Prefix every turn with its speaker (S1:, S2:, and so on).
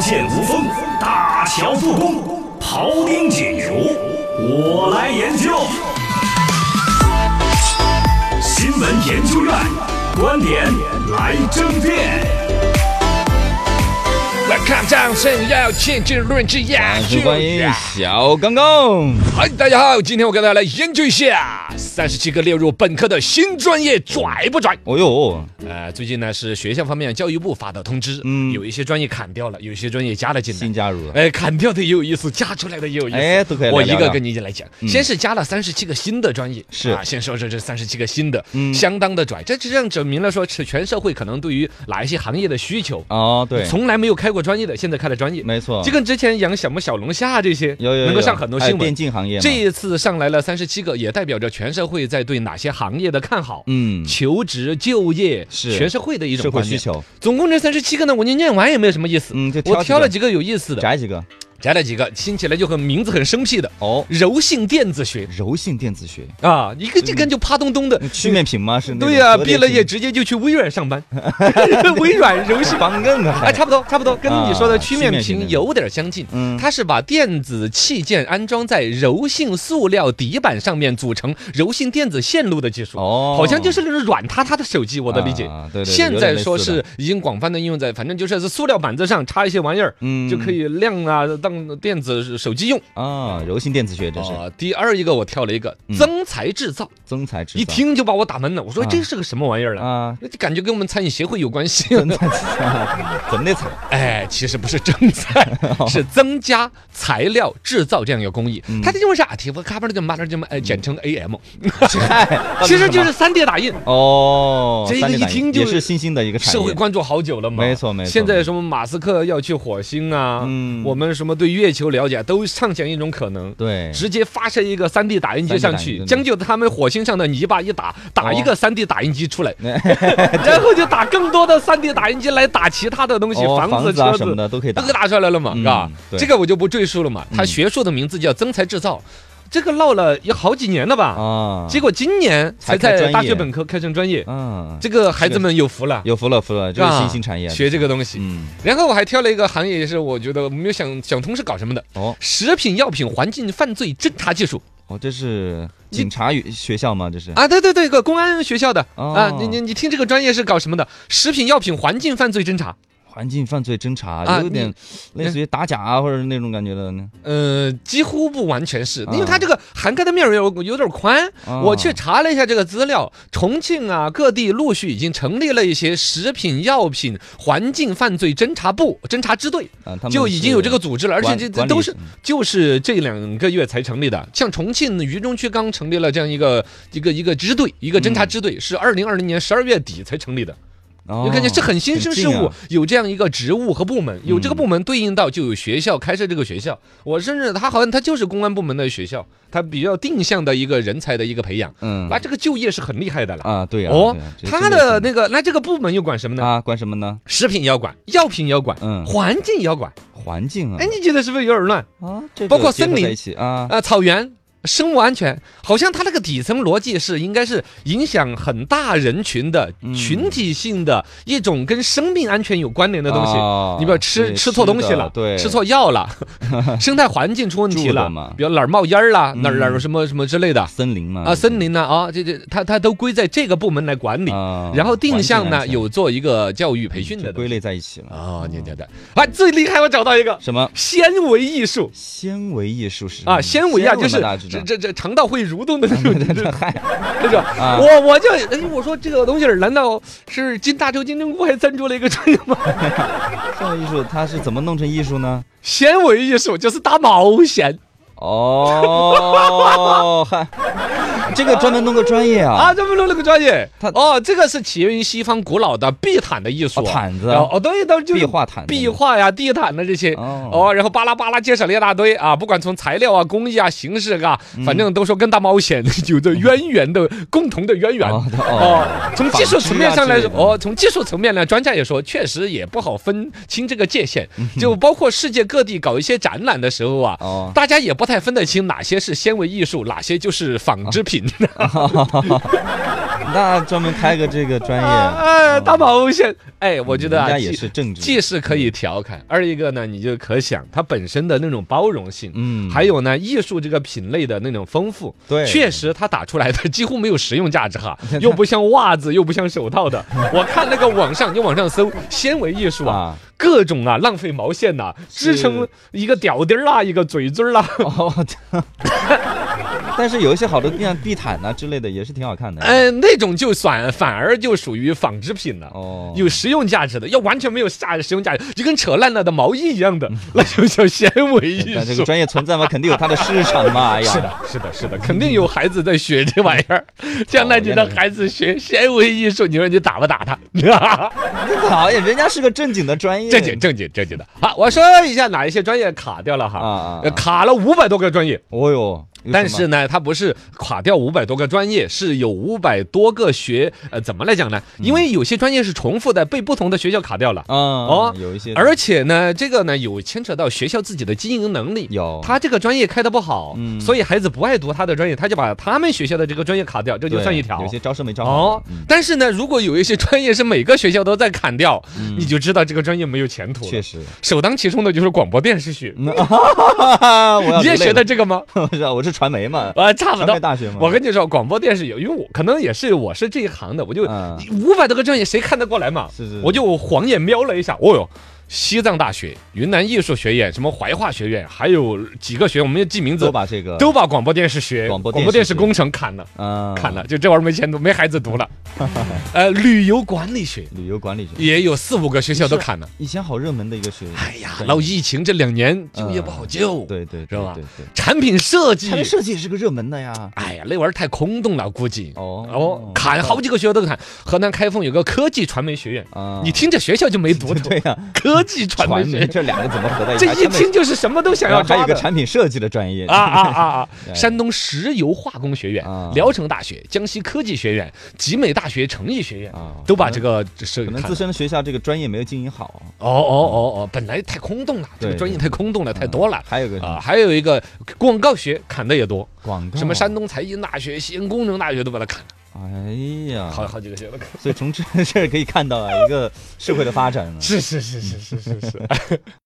S1: 剑无锋，大桥复工，庖丁解牛，我来研究。新闻研究院观点来争辩。
S2: 我看掌声要见证论之研
S3: 我哎是
S2: 究
S3: 关于
S2: 呀。
S3: 小刚刚，
S2: 嗨，大家好，今天我跟大家来研究一下三十七个列入本科的新专业拽不拽？
S3: 哦呦，
S2: 呃，最近呢是学校方面教育部发的通知，
S3: 嗯
S2: 有一些专业砍掉了，有一些专业加了进来
S3: 新。加入了，
S2: 哎，砍掉的也有意思，加出来的也有意思。
S3: 哎都可以来
S2: 我一
S3: 聊
S2: 个
S3: 聊嗯
S2: 跟你一起来讲。先是加了三十七个新的专业，
S3: 是嗯
S2: 啊，先说说这三十七个新的，相当的拽。这这样证明了说，是全社会可能对于哪一些行业的需求，
S3: 哦对，
S2: 从来没有开过专业的，现在开了专业，
S3: 没错，
S2: 就跟之前养什么小龙虾啊这些，
S3: 有有有
S2: 能够上很多
S3: 还有
S2: 新闻
S3: 电。竞行业嘛，
S2: 这一次上来了三十七个，也代表着全社会在对哪些行业的看好。
S3: 嗯，
S2: 求职、就业
S3: 是
S2: 全社会的一种
S3: 社会
S2: 观
S3: 需
S2: 念。
S3: 求，
S2: 总共这三十七个呢，我念念完也没有什么意思。
S3: 嗯就挑
S2: 我
S3: 几
S2: 挑
S3: 个
S2: 了几个有意思的，
S3: 摘几个
S2: 摘了几个，听起来就很名字很生僻的
S3: 哦，
S2: 柔性电子学
S3: 柔性电子学，
S2: 啊，一个这个就啪咚咚的
S3: 那。曲面屏吗？是那
S2: 对
S3: 种
S2: 呀、
S3: 嗯折叠
S2: 毕了
S3: 屏
S2: 业，直接就去微软上班， 微软柔性。
S3: 翻更啊，
S2: 哎，差不多，差不多，跟你说的
S3: 啊
S2: 曲面
S3: 曲面
S2: 屏
S3: 屏
S2: 有点相近。
S3: 嗯
S2: 它是把电子器件安装在柔性塑料底板上面，组成柔性电子线路的技术。
S3: 哦
S2: 好像就是那种软塌塌的手机，我的理解。
S3: 啊对对对
S2: 现在说
S3: 有
S2: 是
S3: 点
S2: 已经广泛的应用在，反正就是塑料板子上插一些玩意儿，
S3: 嗯
S2: 就可以亮啊，当电子手机用。
S3: 啊，柔性电子学这是
S2: 啊，第二一个我挑了一个增材制造，
S3: 增材制造，
S2: 一听就把我打懵了。我说
S3: 啊
S2: 这是个什么玩意儿了？
S3: 啊，
S2: 那就感觉跟我们餐饮协会有关系。
S3: 增材制造，怎么的惨？
S2: 哎，其实不是增材， 是增加材料制造这样一个工艺。
S3: 嗯
S2: 它的英文是 artif，卡巴的就马就哎，简称 AM，
S3: 嗨
S2: 其实就是三 D 打印。
S3: 哦，
S2: 这个
S3: 3D
S2: 一
S3: 打印
S2: 听就
S3: 也是新兴的一个产业，
S2: 社会关注好久了嘛，
S3: 没错没错
S2: 现在什么马斯克要去火星啊，
S3: 嗯
S2: 我们什么对月球了解，都畅想一种可能，
S3: 对，
S2: 直接发射一个三 D 打印机
S3: 3D
S2: 上
S3: 打印哦
S2: 去，
S3: 真
S2: 将
S3: 的
S2: 就他们火星上的泥巴一打，打一个三 D 打印机 出来，然后就打更多的三 D 打印机来打其他的东西，
S3: 哦
S2: 房子、
S3: 子啊
S2: 车
S3: 什么
S2: 子
S3: 的都可以打
S2: 都给，打出来了嘛，
S3: 嗯
S2: 是吧？
S3: 对嗯
S2: 这个我就不赘述了嘛。它学术的名字叫增材制造，这个闹了有好几年了吧？
S3: 啊，
S2: 结果今年才
S3: 才开专
S2: 在
S3: 业
S2: 大学本科开成专业，
S3: 啊，
S2: 这个孩子们有福了，
S3: 有福了，福了，这
S2: 是
S3: 是
S2: 吧
S3: 新兴产业。
S2: 啊学这个东西。
S3: 嗯，
S2: 然后我还挑了一个行业，也是我觉得没有想想通是搞什么的，
S3: 哦
S2: 食品药品环境犯罪侦查技术
S3: 哦，这是警察与学校吗？这是
S2: 啊，对对对，个公安学校的
S3: 嗯哦
S2: 啊，你你你听这个专业是搞什么的？食品药品环境犯罪侦查，
S3: 环境犯罪侦
S2: 啊
S3: 查，有
S2: 你
S3: 点类似于打假啊或者那种感觉的呢。
S2: 呃，几乎不完全是，因为
S3: 啊
S2: 它这个涵盖的面儿有有点宽。
S3: 啊
S2: 我去查了一下这个资料，重庆啊各地陆续已经成立了一些食品药品环境犯罪侦查部、侦查支队，
S3: 啊，他们
S2: 就已经有这个
S3: 是
S2: 组织了，而且
S3: 管
S2: 这这
S3: 管理
S2: 都是
S3: 嗯
S2: 就是这两个月才成立的。像重庆渝中区刚成立了这样一个一个一个支队，一个侦查支队，是二零二零年十二月底才成立的。
S3: 嗯哦
S2: 我感觉这很新生事
S3: 很近
S2: 物
S3: 啊，嗯
S2: 有这样一个职务和部门，有这个部门对应到就有学校开设这个学校。我甚至他好像他就是公安部门的学校，他比较定向的一个人才的一个培养，
S3: 嗯
S2: 那啊这个就业是很厉害的了。
S3: 啊，对啊，
S2: 哦
S3: 对啊，这
S2: 他
S3: 真是
S2: 的那个那这个部门又管什么呢？
S3: 啊，管什么呢？
S2: 食品要管，药品要管，
S3: 嗯
S2: 环境要管。
S3: 环境啊
S2: 哎，你觉得是不是有点乱？
S3: 啊，这
S2: 包
S3: 个
S2: 括
S3: 结合
S2: 森
S3: 在
S2: 林
S3: 一起啊，
S2: 啊，草原。生物安全好像它那个底层逻辑是，应该是影响很大人群的、
S3: 嗯
S2: 群体性的一种跟生命安全有关联的东西。
S3: 哦
S2: 你比如吃
S3: 对
S2: 吃错东西
S3: 的
S2: 了，
S3: 对，
S2: 吃错药 了，生态环境出问题
S3: 住的
S2: 了
S3: 嘛，嗯
S2: 比如哪儿冒烟儿啦，哪儿哪儿什么什么之类的
S3: 森林嘛
S2: 啊，森林呢啊，这这它它都归在这个部门来管理。
S3: 啊，
S2: 然后定向
S3: 环
S2: 呢
S3: 境安全
S2: 有做一个教育培训
S3: 就
S2: 的
S3: 归类在一起了。
S2: 啊，你觉得？哎，最厉害，我找到一个
S3: 什么
S2: 纤维艺术。
S3: 纤维艺术史
S2: 啊，纤维啊，就是
S3: 大家知
S2: 这
S3: 道
S2: 这这肠道会蠕动的那 种，
S3: 嗨啊
S2: 那种。我我就哎，我说这个东西儿难道是金大洲金针菇还赞助了一个专业吗？
S3: 这艺术它是怎么弄成艺术呢？
S2: 纤维艺术就是打毛线
S3: 哦，嗨，这个专门弄个专业啊
S2: 啊，，这么弄了个专业
S3: 它。
S2: 哦，这个是起源于西方古老的壁毯的艺术，
S3: 哦毯子
S2: 然后哦，对，都就是
S3: 壁画毯子
S2: 壁画呀、地毯的这些。
S3: 哦
S2: 哦，然后巴拉巴拉介绍了一大堆啊，不管从材料啊、工艺啊、形式啊，
S3: 嗯
S2: 反正都说跟大冒险有着渊源的共同的渊源。
S3: 哦哦
S2: 哦，从技术层面上来说，
S3: 纺织啊之类的
S2: 哦，从技术层面呢，专家也说，确实也不好分清这个界限。就包括世界各地搞一些展览的时候啊，
S3: 嗯哦，
S2: 大家也不太
S3: 哦
S2: 分得清哪些是纤维艺术，哪些就是纺织品。
S3: 那专门开个这个专业，
S2: 哎，大马路线，哎，我觉得啊，
S3: 人家也
S2: 既
S3: 是政治
S2: 既是可以调侃，二一个呢，你就可想它本身的那种包容性，
S3: 嗯
S2: 还有呢，艺术这个品类的那种丰富，
S3: 对
S2: 确实它打出来的 几乎没有实用价值 哈，又不像袜子，又不像手套的。我看那个网上，你网上搜纤维艺术啊
S3: 啊，
S2: 各种啊浪费毛线呐、支撑一个屌丁儿啦，一个嘴嘴儿啊啦，
S3: 哦，但是有一些好的像地毯呐、之类的也是挺好看的。
S2: 哎，那种就算反而就属于纺织品了。
S3: 哦，
S2: 有实用价值的，要完全没有价实用价值，就跟扯烂了的毛衣一样的， 那就叫纤维艺
S3: 嗯 但这
S2: 术
S3: 个。专业存在嘛，肯定有它的市场 嘛。哎呀，
S2: 是的，是的，是的，肯定有孩子在学这玩意儿。
S3: 哦
S2: 将来你的孩子学纤维艺术，你说你打不打他？
S3: 讨哎厌，人家是个正经的专业，
S2: 正经，正经，正经的。好，我说一下哪一些专业卡掉了哈，
S3: 啊啊
S2: 呃卡了五百多个专业。
S3: 哦哟，有
S2: 但
S3: 什
S2: 是
S3: 么
S2: 呢，它不是垮掉五百多个专业，是有五百多个学，呃，怎么来讲呢？
S3: 嗯
S2: 因为有些专业是重复的，被不同的学校卡掉了。
S3: 啊，
S2: 哦
S3: 有一些，
S2: 而且呢，这个呢有牵扯到学校自己的经营能力。
S3: 有
S2: 他这个专业开的不好，
S3: 嗯
S2: 所以孩子不爱读他的专业，他就把他们学校的这个专业卡掉，这就
S3: 对
S2: 算一条
S3: 有。些嗯招生没招好
S2: 哦，但是呢，如果有一些专业是每个学校都在砍掉，你就知道这个专业没有前途了。
S3: 嗯 确实，
S2: 首当其冲的就是广播电视学，
S3: 啊，我要
S2: 你也
S3: 流泪
S2: 学
S3: 了
S2: 的，这个吗？
S3: 我知 道我是传媒嘛，
S2: 啊，差不
S3: 传
S2: 多
S3: 媒。大学嘛，
S2: 我跟你说，广播电视有，因为我可能也是我是这一行的，我就
S3: 嗯
S2: 五百多个专业，谁看得过来嘛？
S3: 是是
S2: 我就晃眼瞄了一下，哦哟，西藏大学、云南艺术学院、什么怀化学院，还有几个学院，我们记名字
S3: 都，把这个
S2: 都把广播电视学、
S3: 广播电视
S2: 电视工程砍了，
S3: 啊
S2: 砍了，就这玩意儿没前途，没孩子读 了。呃，旅游管理学
S3: 旅游管理学，
S2: 也有四五个学校都砍了。
S3: 以前好热门的一个学，
S2: 哎呀，闹疫情这两年就业不好就，
S3: 嗯对对，
S2: 知道吧
S3: 对对，
S2: 产品设计
S3: 它的设计也是个热门的呀，
S2: 哎呀，那玩意儿太空洞了，估计。
S3: 哦
S2: 哦，砍好几个学校都砍。河南开封有个科技传媒学院，
S3: 啊
S2: 你听着学校就没 读头。
S3: 对呀，
S2: 科技传媒
S3: 传
S2: 学
S3: 媒
S2: 院，
S3: 这两个怎么合在一起？
S2: 这一听就是什么都想
S3: 然
S2: 要
S3: 后还有
S2: 抓
S3: 一个
S2: 的。
S3: 产品设计的专业
S2: 啊啊啊啊！
S3: 对
S2: 山东石油化工学院
S3: 啊、
S2: 聊城大学、江西科技学院、集美大学城艺学院
S3: 啊
S2: 都把这个是
S3: 可
S2: 砍
S3: 能
S2: 了。
S3: 自身的学校这个专业没有经营好，
S2: 哦哦哦哦，本来太空洞了，这个
S3: 对
S2: 专业
S3: 对
S2: 太空洞了，太多了。
S3: 还有个
S2: 啊，还有一个广告学砍的也多，
S3: 广告
S2: 什么山东财经大学、西安工程大学都把它砍了，
S3: 哎呀，
S2: 好好几个学都砍了。
S3: 所以从这这儿可以看到啊，一个社会的发展啊。
S2: 是是是是是是是。